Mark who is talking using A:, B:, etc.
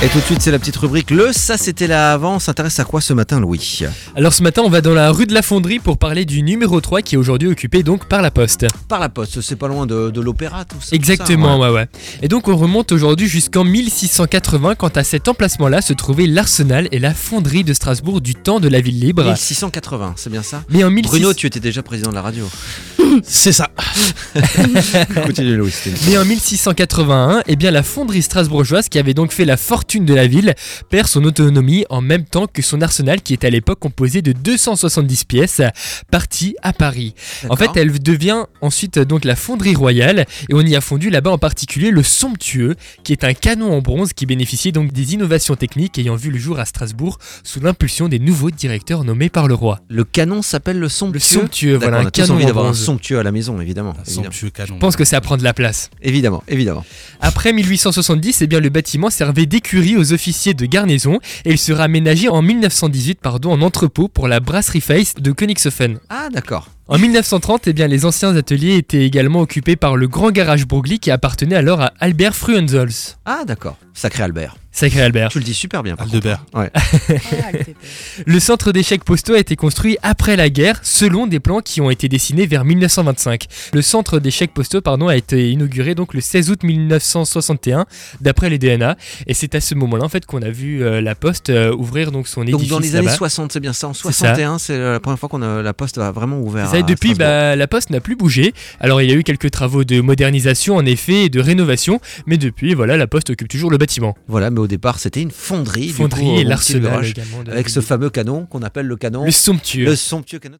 A: Et tout de suite, c'est la petite rubrique Le Ça c'était là avant. On s'intéresse à quoi ce matin, Louis
B: Alors ce matin, on va dans la rue de la Fonderie pour parler du numéro 3 qui est aujourd'hui occupé donc par la Poste.
A: Par la poste, c'est pas loin de, de l'opéra, tout ça. tout ça,
B: Exactement,
A: ouais.
B: ouais. ouais. Et donc on remonte aujourd'hui jusqu'en 1680 quand à cet emplacement-là se trouvaient l'arsenal et la fonderie de Strasbourg du temps de la ville libre.
A: 1680, c'est bien ça
B: Mais en 1600
A: Bruno, tu étais déjà président de la radio.
C: C'est ça.
A: Continue, Louis. s'il te plaît.
B: Mais en 1681, eh bien, la fonderie strasbourgeoise, qui avait donc fait la fortune de la ville, perd son autonomie en même temps que son arsenal, qui est à l'époque composé de 270 pièces, partie à Paris. En fait,
A: D'accord.
B: elle devient ensuite euh, donc la fonderie royale, et on y a fondu là-bas en particulier le somptueux, qui est un canon en bronze qui bénéficiait donc des innovations techniques ayant vu le jour à Strasbourg sous l'impulsion des nouveaux directeurs nommés par le roi.
A: le canon s'appelle le somptueux.
B: Le somptueux,
A: D'accord,
B: voilà,
A: on
B: un
A: a tous
B: canon
A: envie
B: en
A: d'avoir un
B: bronze.
A: somptueux à la maison, évidemment. Évidemment,
C: Somptueux canon.
B: Je pense que c'est à prendre la place.
A: évidemment. évidemment.
B: Après 1870, eh bien, le bâtiment servait d'écurie aux officiers de garnison et il sera aménagé en 1918 pardon, en entrepôt pour la brasserie Face de Königshofen.
A: Ah, d'accord.
B: En 1930, eh bien, les anciens ateliers étaient également occupés par le grand garage Broglie qui appartenait alors à Albert Fruenzols.
A: Ah, d'accord. Sacré Albert.
B: Sacré Albert.
A: Tu le dis super bien. par
B: Ah,
A: contre.
C: Aldebert.
B: Le centre des chèques postaux a été construit après la guerre selon des plans qui ont été dessinés vers 1925. Le centre des chèques postaux pardon, a été inauguré donc le 16 août 1961 d'après les DNA et c'est à ce moment-là en fait qu'on a vu euh, la poste euh, ouvrir donc son
A: Donc
B: édifice
A: dans les années
B: là-bas.
A: 60, c'est bien ça. En
B: C'est ça.
A: 61, c'est la première fois qu'on a la poste a vraiment ouvert.
B: C'est ça, et
A: à
B: depuis,
A: Strasbourg.
B: bah, la poste n'a plus bougé. Alors, il y a eu quelques travaux de modernisation, en effet, et de rénovation, mais depuis, voilà, la poste occupe toujours le bâtiment.
A: Voilà, mais au départ, c'était une fonderie. du coup,
B: Fonderie
A: au
B: et
A: petit
B: l'arsenal
A: garage,
B: également. de-
A: Avec ce fameux canon qu'on appelle le canon.
B: le somptueux.
A: Le somptueux canon.